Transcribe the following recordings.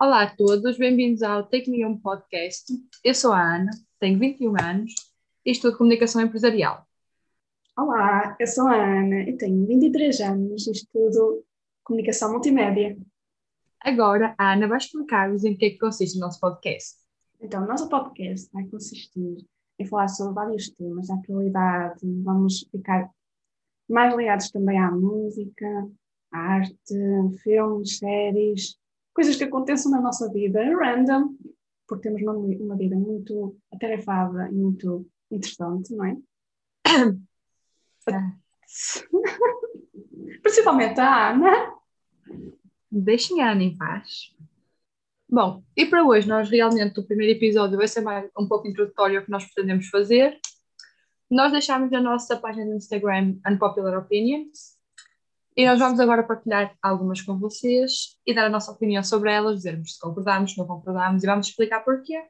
Olá a todos, bem-vindos ao Take Me Home Podcast. Eu sou a Ana, tenho 21 anos e estudo Comunicação Empresarial. Olá, eu sou a Ana e tenho 23 anos e estudo Comunicação Multimédia. Agora, a Ana vai explicar-vos em que é que consiste o nosso podcast. Então, o nosso podcast vai consistir em falar sobre vários temas da atualidade, vamos ficar mais ligados também à música, à arte, filmes, séries, coisas que acontecem na nossa vida random, porque temos uma, uma vida muito atarefada e muito interessante, não é? Ah, Principalmente a Ana. Deixem a Ana em paz. Bom, e para hoje, nós realmente, o primeiro episódio vai ser mais um pouco introdutório ao que nós pretendemos fazer. Nós deixámos na nossa página do Instagram Unpopular Opinions e nós vamos agora partilhar algumas com vocês e dar a nossa opinião sobre elas, dizermos se concordamos, se não concordamos e vamos explicar porquê.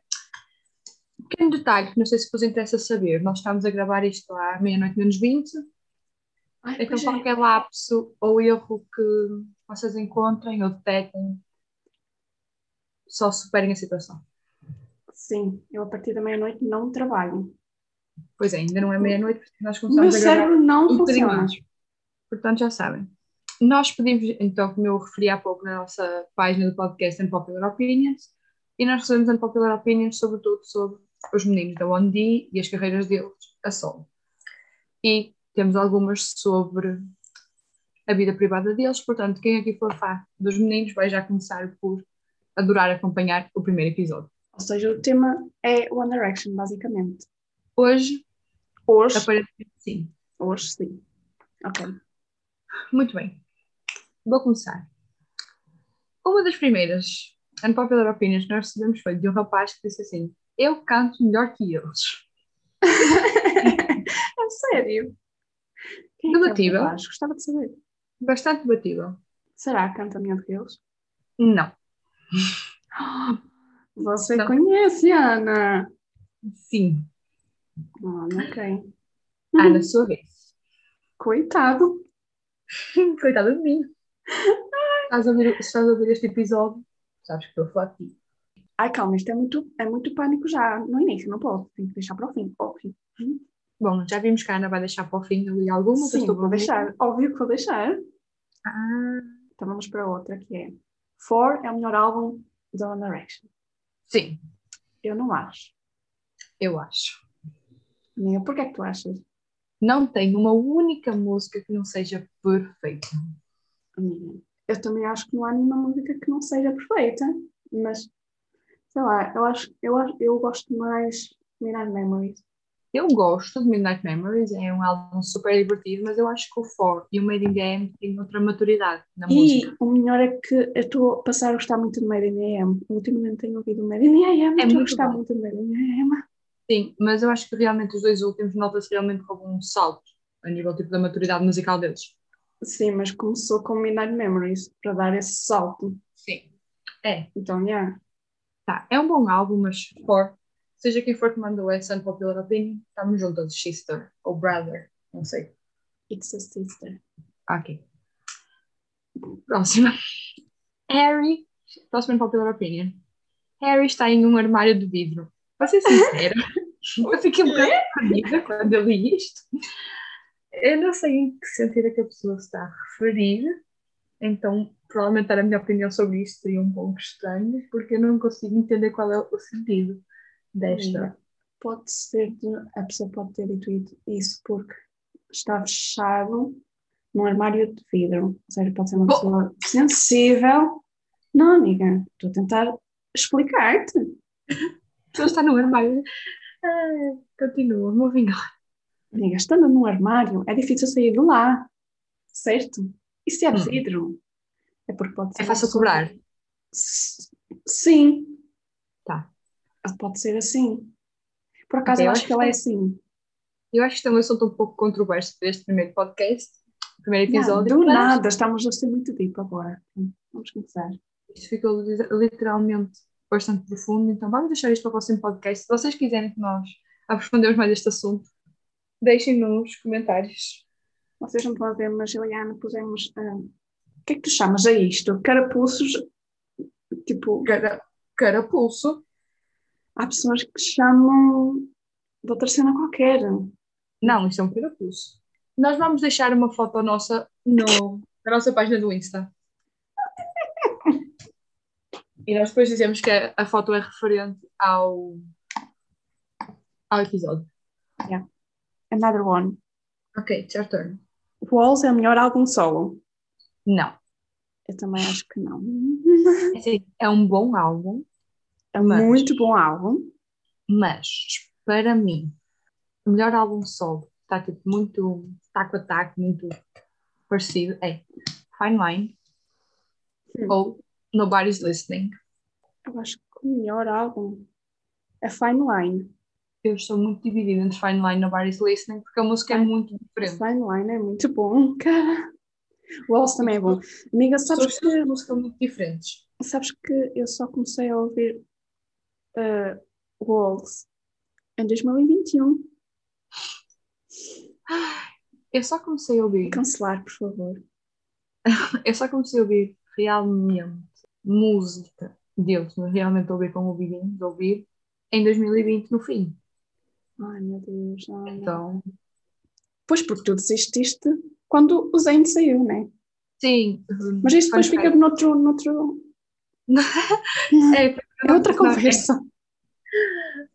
Um pequeno detalhe que não sei se vos interessa saber, nós estamos a gravar isto à meia-noite menos 20, Ai, então pois é. qualquer lapso ou erro que vocês encontrem ou detectem, só superem a situação. Sim, eu a partir da meia-noite não trabalho. Pois é, ainda não é meia-noite, porque nós O meu começamos a gravar cérebro não um bocadinho funciona. antes. Portanto, já sabem. Nós pedimos, então, como eu referi há pouco na nossa página do podcast Unpopular Opinions, e nós recebemos Unpopular Opinions sobretudo sobre os meninos da OND e as carreiras deles a solo. E temos algumas sobre a vida privada deles, portanto, quem aqui for fã dos meninos vai já começar por adorar acompanhar o primeiro episódio. Ou seja, o tema é One Direction, basicamente. Hoje, Hoje, aparentemente, sim. hoje sim. Ok. Muito bem. Vou começar. Uma das primeiras unpopular opinions que nós recebemos foi de um rapaz que disse assim: Eu canto melhor que eles. É sério? Quem é Debatível. que é o rapaz? Gostava de saber. Bastante debatível. Será que canta melhor que eles? Não. Você Não. conhece, Ana? Sim. Ana, ok. Hum, Ana, sua vez. Coitado. Coitada de mim. Estás a ouvir, se estás a ouvir este episódio, sabes que estou a falar de ti. Ai, calma, isto é muito, é muito pânico já no início, não posso. Tenho que deixar para o fim, óbvio. Bom, já vimos que a Ana vai deixar para o fim ali alguma. Sim, estou vou deixar. Óbvio que vou deixar. Ah, Então vamos para outra, que é For é o melhor álbum da One Direction. sim, Eu não acho. eu acho. Nia, porquê é que tu achas? Não tem uma única música que não seja perfeita. Nia? Eu também acho que não há nenhuma música que não seja perfeita, mas sei lá, eu acho, eu, acho- eu gosto mais de Midnight Memories. Eu gosto de Midnight Memories, é um álbum super divertido, mas eu acho que o For e o Made in the End têm é um outra maturidade na E música. o melhor é que eu estou a passar a gostar muito do Made in AM. Ultimamente tenho ouvido o Made in AM, É estou a muito gostar bom. muito do Made in AM. Sim, mas eu acho que realmente os dois últimos nota-se realmente como um salto a nível tipo da maturidade musical deles. Sim, mas começou com Midnight Memories para dar esse salto. Sim. É, Então, yeah. tá. É um bom álbum, mas For, seja quem for que mandou essa unpopular opinion, estamos juntas, sister ou brother, não sei. It's a Sister. Ah, Ok. Próxima. Harry, próxima popular opinion. Harry está em um armário de vidro. Para ser sincera, eu fiquei um bocado perdida quando eu li isto. Eu não sei em que sentido é que a pessoa se está a referir, então provavelmente dar a minha opinião sobre isto seria um pouco estranho, porque eu não consigo entender qual é o sentido desta. Pode ser, que a pessoa pode ter dito isso porque está fechado num armário de vidro. Ou seja, pode ser uma Bom. pessoa sensível. Não, amiga, estou a tentar explicar-te. A pessoa está no armário. Ah, continua, moving on. Amiga, estando num armário, é difícil sair de lá, certo? E se é Hum. vidro? É porque pode ser. É fácil uma pessoa- cobrar. S- Sim. Tá. Pode ser assim. Por Ok, acaso, eu eu acho acho que ela que é assim. Eu acho que isto é um assunto um pouco controverso para este primeiro podcast, primeiro Não, episódio. do mas nada, estamos a ser muito deep agora. Vamos começar. Isto ficou li- literalmente bastante profundo, então vamos deixar isto para o próximo podcast. Se vocês quiserem que nós aprofundemos mais este assunto, deixem nos comentários. Vocês não podem ver, mas eu e a Ana pusemos. ah, O que é que tu chamas a isto? Carapuços tipo cara, carapulso. Há pessoas que chamam de outra cena qualquer. Não, isso é um carapulso. Nós vamos deixar uma foto nossa no, na nossa página do Insta. E nós depois dizemos que a, a foto é referente ao, ao episódio. Yeah. Another one. Ok, it's your turn. Walls é melhor álbum solo? Não. Eu também acho que não. É assim, é um bom álbum, É Mas- muito bom álbum. mas para mim, o melhor álbum solo está tipo muito taco a taco, muito parecido. É Fine Line Hum. ou Nobody's Listening. Eu acho que o melhor álbum é Fine Line. Eu estou muito dividida entre Fine Line e Nobody's Listening porque a música é Ai, muito diferente. Fine Line é muito bom, cara. Walls também é bom. Amiga, sabes Sabes que que músicas muito diferentes. Sabes que eu só comecei a ouvir eh, Walls em 2021. Eu só comecei a ouvir, Cancelar, por favor. eu só comecei a ouvir realmente música deles, mas realmente ouvir com ouvidinhos, ouvir em 2020 no fim. Ai, meu Deus. ai. Então, Pois porque tu desististe quando o Zayn saiu, né? sim. Mas isto depois fica noutro. noutro... É outra conversa.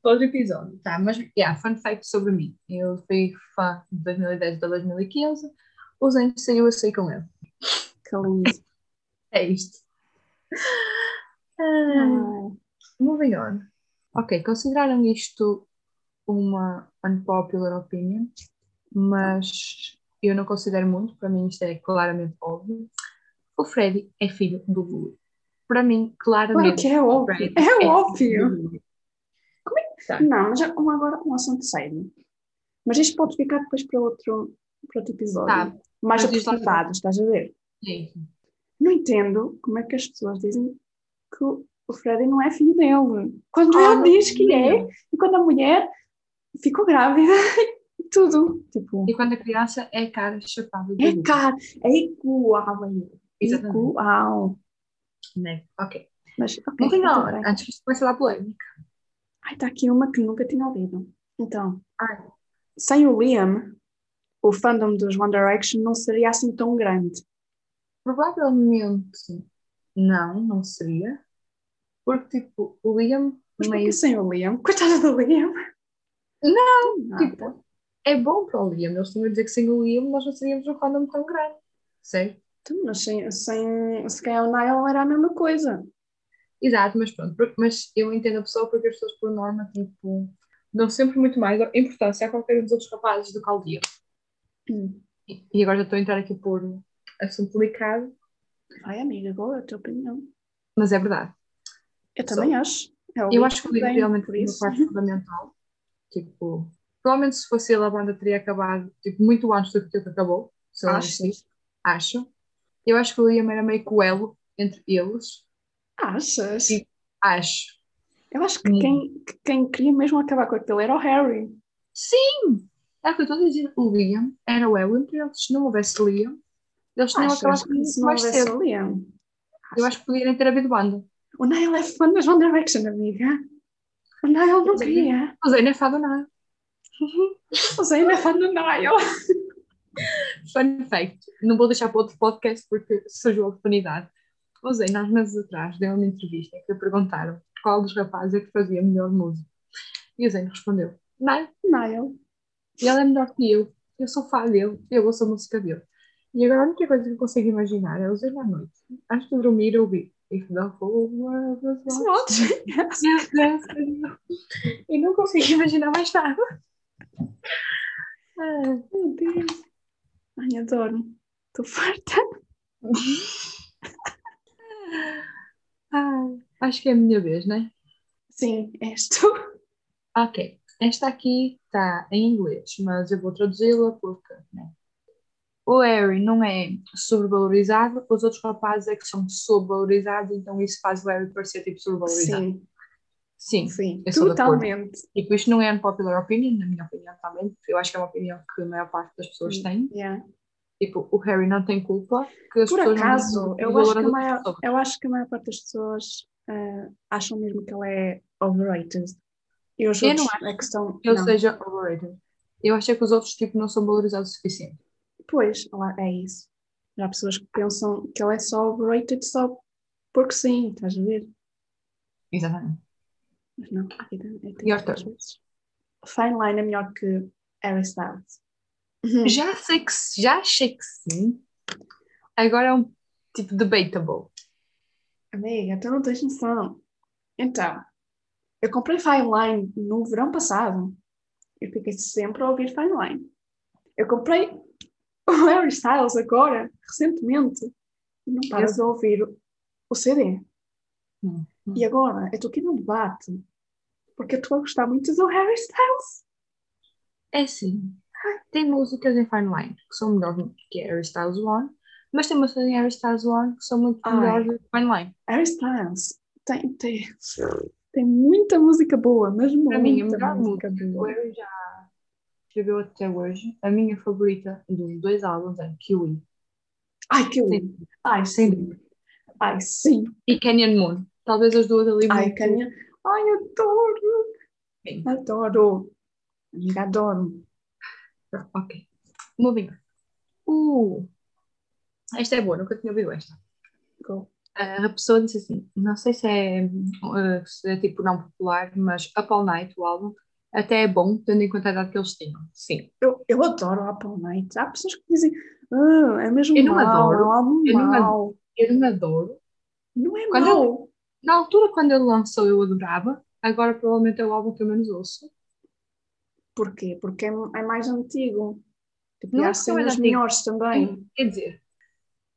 outro episódio, tá? Mas, yeah, fun fact sobre mim. Eu fui fã de 2010 para 2015. O Zen saiu, eu saí com ele. Que lindo. É isto. Ah, Ai, moving on. Ok, consideraram isto uma unpopular opinion, mas eu não considero muito, para mim isto é claramente óbvio. O Freddy é filho do Lulu. Para mim, Claro claramente. que é o óbvio. Freddy É filho óbvio. do Lulu. Não, mas é um- agora um assunto sério. Mas isto pode ficar depois para outro, para outro episódio. Tá, mas Mais isto- aprofundado, estás a ver? Sim. Não entendo como é que as pessoas dizem que o Freddy não é filho dele. Quando Ah, ele diz que é, e quando a mulher ficou grávida, e tudo. Tipo, E quando a criança é a cara chapada do é Lulu. cara, é igual a ele. Exatamente. Igual. Né? É Ok. Então, Mas, ok, Moving tudo on. bem. Antes que isto comece a dar polémica. Ai, está aqui uma que nunca tinha ouvido. Então, Ai. sem o Liam, o fandom dos One Direction não seria assim tão grande. Provavelmente não, não seria. Porque, tipo, o Liam Mas por meio- que sem o Liam? Coitada do Liam. Ah. Não, tipo, é bom para o Liam. Eles estão a dizer que sem o Liam nós não seríamos um fandom tão grande. Sei. Então, mas sem, sem, se calhar o Niall era a mesma coisa. Exato, mas pronto. Por- Mas eu entendo a pessoa porque as pessoas, por norma, tipo, dão sempre muito mais importância a qualquer um dos outros rapazes do que ao Liam. Hum. E e agora já estou a entrar aqui por assunto delicado, Ai, amiga, agora a tua opinião. mas é verdade. Eu Só- também acho. É Eu acho que o livro livro realmente por foi uma isso. parte fundamental. Tipo, provavelmente se fosse ele, a banda teria acabado tipo, muito antes do que acabou. Se eu não sei. Achas? acho. Eu acho que o Liam era meio que o elo entre eles. Achas? Sim. Acho. Eu acho que Hum. quem, que quem queria mesmo acabar com aquilo era o Harry. Sim! É o que eu estou a dizer. O Liam era o elo entre eles. Se não houvesse Liam, eles tinham Achas acabado que muito se não mais houvesse cedo. o Liam? Eu acho que poderiam ter havido banda. O Niall é fã das One Direction, amiga. O Niall não Sim. queria. O Zane é fado não. é? O Zayn é fã do Niall. Fun fact. Não vou deixar para outro podcast porque surgiu a oportunidade. O Zane, há uns meses atrás, deu uma entrevista em que lhe perguntaram qual dos rapazes é que fazia melhor música. E o Zane respondeu: Não, Niall. E ela é melhor que eu. Eu sou fã dele. Eu ouço a música dele. E agora a única coisa que eu consigo imaginar é os dois à noite. Antes de dormir, eu ouvi. If the whole world was It's watching, not. Yes. yes, yes, yes. E não consigo imaginar mais nada. Ah, Meu Deus. Ai, adoro. Estou farta. ah, acho que é a minha vez, né? Sim, és tu. Ok. Esta aqui está em inglês, mas eu vou traduzi-la porque. né? O Harry não é sobrevalorizado, os outros rapazes é que são subvalorizados, então isso faz o Harry parecer tipo sobrevalorizado. Sim, Sim. sim. Eu sou de acordo. Totalmente. Tipo, isto não é unpopular opinion, na minha opinião também. Eu acho que é uma opinião que a maior parte das pessoas tem. Yeah. Tipo, o Harry não tem culpa que as Por pessoas não acaso, dão eu valor às acho, que a outras maior, pessoas. eu acho que a maior parte das pessoas ah, acham mesmo que ele é overrated. E os Eu outros não acho é que estão. Ele não. seja overrated. Eu achei que os outros tipo, não são valorizados o suficiente. Pois, lá, é isso. Já há pessoas que pensam que ele é só overrated só porque sim, estás a ver? Exatamente. Mas não, a vida é E triste às vezes. Fine Line é melhor que Harry Styles. Hum. Já sei que s- já achei que sim. Agora é um tipo debatable. Amiga, tu não tens noção. Então, eu comprei Fine Line no verão passado. Eu fiquei sempre a ouvir Fine Line. Eu comprei o Harry Styles agora, recentemente. E não paras de ouvir o- o CD. Hum, hum. E agora, eu estou aqui num debate. Porque eu estou a gostar muito do Harry Styles. É sim. Tem músicas em Fine Line que são melhores que Harry Styles One, mas tem músicas em Harry Styles One que são muito Ai. melhores do que Fine Line. Harry Styles tem, tem, tem muita música boa, mas muita Para mim, é a melhor música O boa. Harry já escreveu até hoje. A minha favorita dos dois álbuns é Kiwi. Ai, que lindo. Ai, Sem sim. Ai, sim. E Canyon Moon. Talvez as duas ali. Ai, muito- Canha. Ai, adoro. Sim. Adoro. Amiga, adoro. Ok. Moving on. Uh, esta é boa, nunca tinha ouvido esta. Go. Ah, A pessoa disse assim, não sei se é, hum, ah, se é tipo não popular, mas Up All Night, o álbum, até é bom, tendo em conta a idade que eles tinham. Sim. Eu, eu adoro a Apple Night. Há pessoas que dizem, ah, é mesmo Eu não mau, adoro. é um álbum Eu não mau. Eu não adoro. Não é Quando mau. Na altura, quando ele lançou, eu adorava. Agora, provavelmente, é o álbum que eu menos ouço. Porquê? Porque é, é mais antigo. Tipo, Não e é há só mais cenas antigo. melhores também. Quer dizer,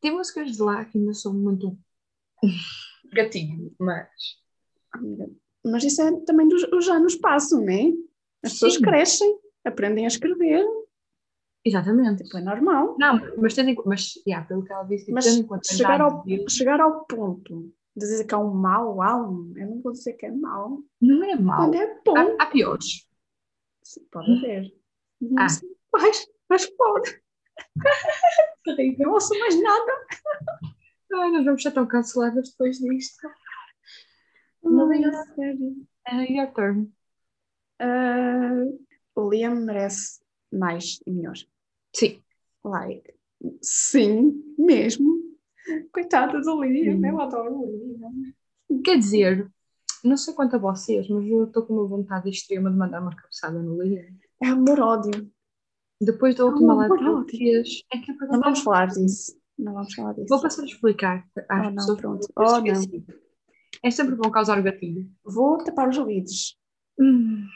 tem músicas de lá que ainda são muito gatinho, mas... Amiga, Mas isso é também dos, os anos passam, não é? As pessoas Sim. crescem, aprendem a escrever. Exatamente. Tipo, é normal. Não, mas tendo em conta, mas, yeah, pelo que ela disse, tipo, Mas tendo em conta a chegar idade ao- dele, Chegar ao ponto de dizer que é um mau álbum, eu não vou dizer que é mau. não é mau. Quando é bom, Há, há piores. Sim, pode haver. Ah. Mas, mas, mas pode. Terrível, não ouço mais nada. Ai, nós vamos ser tão canceladas depois disto. Não Ai, é sério. Uh, your turn. o Ah, Liam merece mais e melhor. Sim. Like, sim, mesmo. Coitada do Liam, Hum. eu adoro o Liam. Quer dizer, não sei quanto a vocês, mas eu estou com uma vontade extrema de mandar uma cabeçada no Liam. É amor-ódio. Depois da última Oh, live por que eu fiz, é que eu Não vamos perguntei- falar disso. Não vamos falar disso. Vou passar a explicar às Oh, não, pessoas. pronto. Eu Oh, não. esqueci. É sempre bom causar o gatilho. Vou tapar os ouvidos. Hum,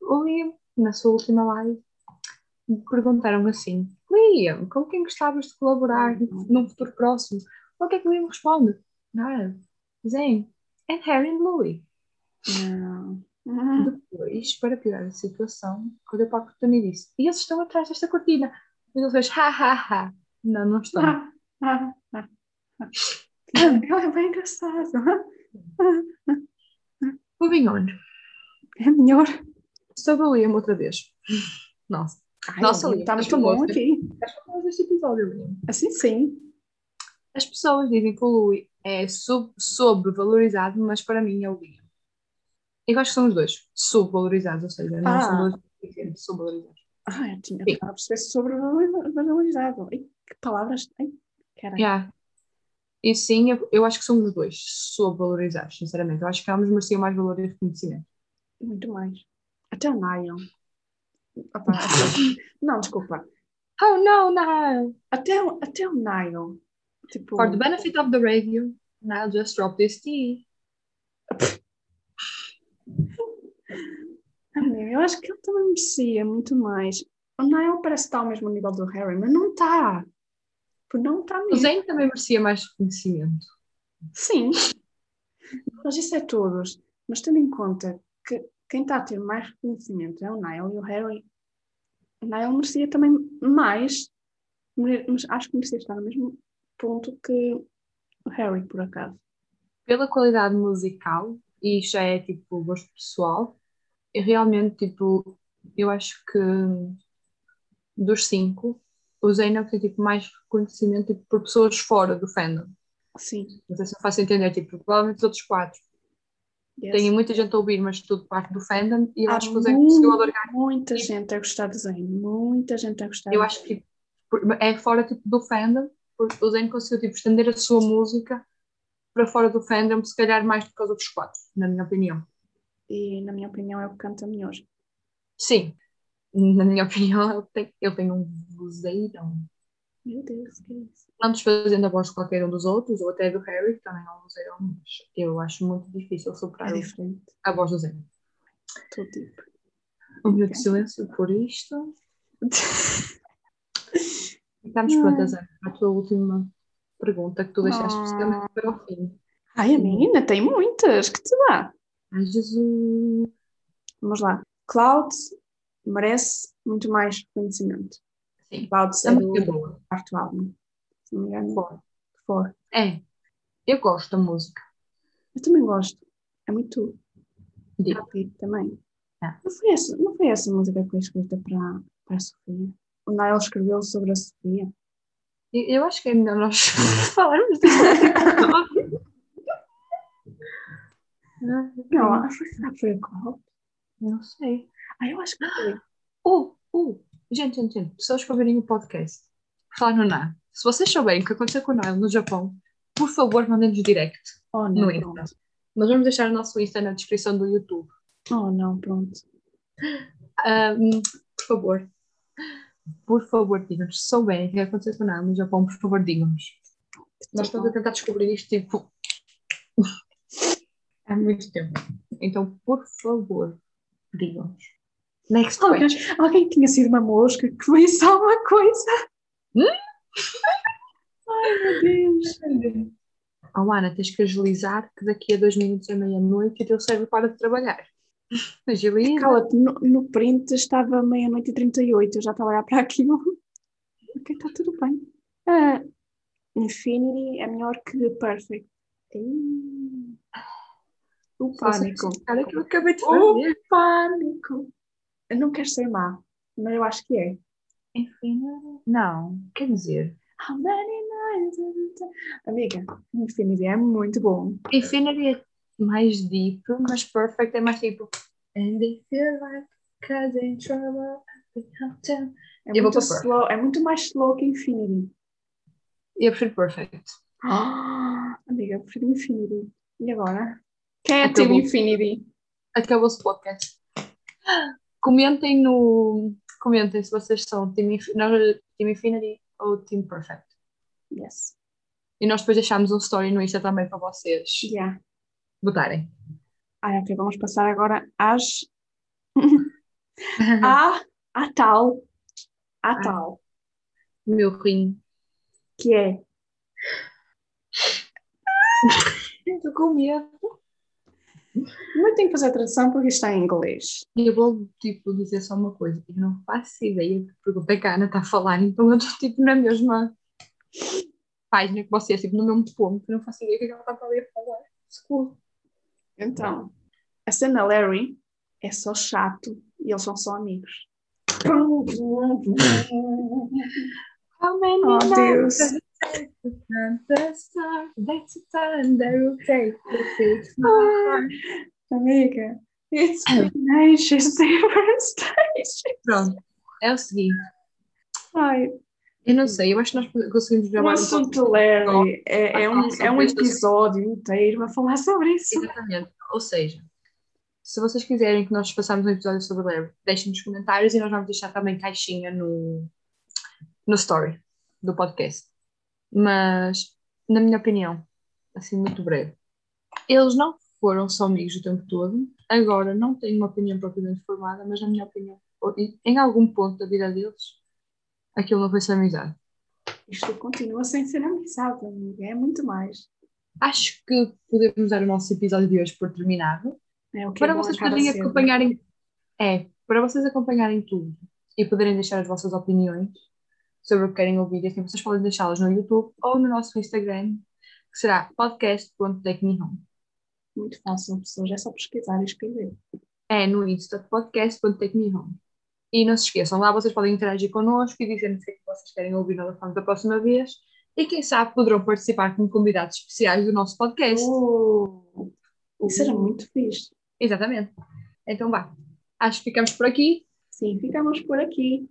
o Liam, na sua última live, perguntaram assim: Liam, com quem gostavas de colaborar Hum, num futuro próximo? O que é que o Liam responde? Nada. Zen, and Harry and Louis. Não. Hum. Depois, para piorar a situação, olhou para a cortina e disse: E eles estão atrás desta cortina. Mas ele fez: Ha ha ha. Não, não estão. Ah, ah, ah, ah. É bem engraçado. Moving on. É melhor. Sobre o Liam outra vez. Nossa. Ai, Nossa, Lili, Lili, estamos tá tão bom muito aqui. Mas vamos deste episódio, Liam. Assim sim. As pessoas dizem que o Louis é sub- sobrevalorizado, mas para mim é o Liam. Eu acho que são os dois subvalorizados, ou seja, não Ah. são dois suficientes, subvalorizados. Ah, eu tinha Sim. que perceber sobre valorizado. Ai, que palavras. Ai, caralho. Yeah. E sim, eu, eu acho que somos os dois subvalorizados, sinceramente. Eu acho que ambos mereciam mais valor e reconhecimento. Muito mais. Até o Niall. Opa, até- não, desculpa. Oh, não, não! Até, o- até o Niall. Tipo, For the benefit of the radio, né? I'll just drop this tea. ah, meu, eu acho que ele também merecia muito mais. O Niall parece estar ao mesmo nível do Harry, mas não está. Não tá está O mesmo. Zen também merecia mais reconhecimento. Sim, mas isso é todos. Mas tendo em conta que quem está a ter mais reconhecimento é o Niall e o Harry, o Niall merecia também mais, mere- mas acho que merecia estar no mesmo ponto que o Harry, por acaso. pela qualidade musical, e isto já é tipo gosto pessoal, eu realmente tipo, eu acho que dos cinco, o Zayn é o que tem tipo, mais reconhecimento tipo, por pessoas fora do fandom. Sim, Não sei se eu faço entender, tipo, provavelmente os outros quatro Yes. Tenho muita gente a ouvir, mas tudo parte do fandom e eu Há acho que o Zé conseguiu muita, alargar. muita gente a gostar do desenho, muita gente a gostar. Eu acho que por- é fora tipo, do fandom, porque o Zé conseguiu tipo, estender a sua música para fora do fandom, se calhar mais do que os outros quatro, na minha opinião. E na minha opinião é o que canta melhor. Sim, na minha opinião, eu tenho, eu tenho um vozeirão. Meu Deus, que é isso? Não desfazendo a voz de qualquer um dos outros, ou até do Harry, que também é um vozeirão, mas eu acho muito difícil É superar o- diferente. a voz do Zé. Todo tipo. Um minuto de silêncio por isto. Estamos prontas Ana, para a tua última pergunta que tu deixaste Ah. especialmente para o fim. Ai, a minha ainda tem muitas, que te dá? Ai, Jesus. Vamos lá. Cloud merece muito mais reconhecimento. Sim. Cloud É é muito do boa. quarto álbum. Se não me engano, Boa. for. É. Eu gosto da música. Eu também gosto. É muito Digo. rápido também. Ah. Não, foi essa, não foi essa música que foi escrita para, para a Sofia? O Niall escreveu sobre a Sofia. E Eu acho que é melhor nós falarmos disso. Não, acho que será que foi a Cloud. Não sei. Ah, eu acho que foi. Uh, uh, gente, gente, gente, pessoas que ouvirem o podcast, falar no Ná. Se vocês souberem o que aconteceu com o Nile no Japão, por favor, mandem-nos direct Oh, não, no pronto. Insta. Nós vamos deixar o nosso Insta na descrição do YouTube. Oh, não, pronto. Ah, hum, por favor, por favor, digam-nos. Se souberem o que aconteceu com o Nile no Japão, por favor, digam-nos. Nós estamos a tentar descobrir isto, tipo, há muito tempo. Então, por favor, digam-nos. Next Alguém, question. alguém tinha sido uma mosca que foi só uma coisa. Hum? Ai, meu Deus. Oh, Ana, tens que agilizar que daqui a dois minutos é meia-noite e o teu cérebro para de trabalhar. Agiliza. Cala-te, no, no print estava meia-noite e 38, eu já estava a olhar para aquilo. Ok, está tudo bem. Ah, Infinity é melhor que Perfect. Ih, O Só sei pânico. Cara, que eu acabei de Oh. fazer. Pânico. Eu não quero ser má, mas eu acho que é. Enfim, não. Quer dizer, How many nights? Amiga, Infinity é muito bom. Infinity é mais deep, mas Perfect é mais tipo. And they feel like cause in trouble. but not them. É Eu vou para muito, Perfect. slow, é muito mais slow que Infinity. Eu prefiro Perfect. Ah, amiga, eu prefiro Infinity. E agora? Quem é Acabou. Team Infinity? Acabou-se o podcast. Comentem no. Comentem se vocês são Team, Inf- nós- Team Infinity ou Team Perfect. Yes. E nós depois deixámos um story no Insta também para vocês Yeah. votarem. Ah, ok, vamos passar agora às. à, à tal. À Ah. tal. Meu rim. Que é. Estou com medo. Não tenho que fazer a tradução porque está em inglês. E eu vou, tipo, dizer só uma coisa. Eu não faço ideia de pergunta que a Ana está a falar, então eu estou, tipo, na mesma página que vocês, tipo, no mesmo ponto. Eu não faço ideia do que ela está ali a falar. Desculpa. Então, a cena Larry é só chato e eles são só amigos. Oh, How many Deus. That's the time that will take to fix my Ah. heart. Amiga, it's been ages, different ages. Pronto, é o seguinte. Ai, Eu não sei, eu acho que nós conseguimos o gravar um podcast. assunto Larry é, é Ah, um, sobre é um isso. episódio inteiro a falar sobre isso. Exatamente. Ou seja, se vocês quiserem que nós façamos um episódio sobre Larry, deixem nos comentários e nós vamos deixar também caixinha no, no story do podcast. Mas, na minha opinião, assim, muito breve, eles não foram só amigos o tempo todo. Agora, não tenho uma opinião propriamente formada, mas, na minha opinião, em algum ponto da vida deles, aquilo não foi só amizade. Isto continua sem ser amizade, amiga, é muito mais. Acho que podemos dar o nosso episódio de hoje por terminado. É o que para é bom vocês acaba poderem cedo. acompanharem é para vocês acompanharem tudo e poderem deixar as vossas opiniões sobre o que querem ouvir assim vocês podem deixá-las no YouTube ou no nosso Instagram que será podcast.technihome Muito fácil, pessoas, é só pesquisar e escrever. é no Insta podcast.technihome e não se esqueçam lá vocês podem interagir connosco e dizer-nos o que é que vocês querem ouvir na forma da próxima vez Uh. e quem sabe poderão participar como convidados especiais do nosso podcast Oh, Isso era muito fixe. Exatamente. Então vá. Acho que ficamos por aqui. Sim, ficamos por aqui.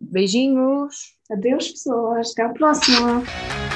Beijinhos. Adeus, pessoas. Até a próxima.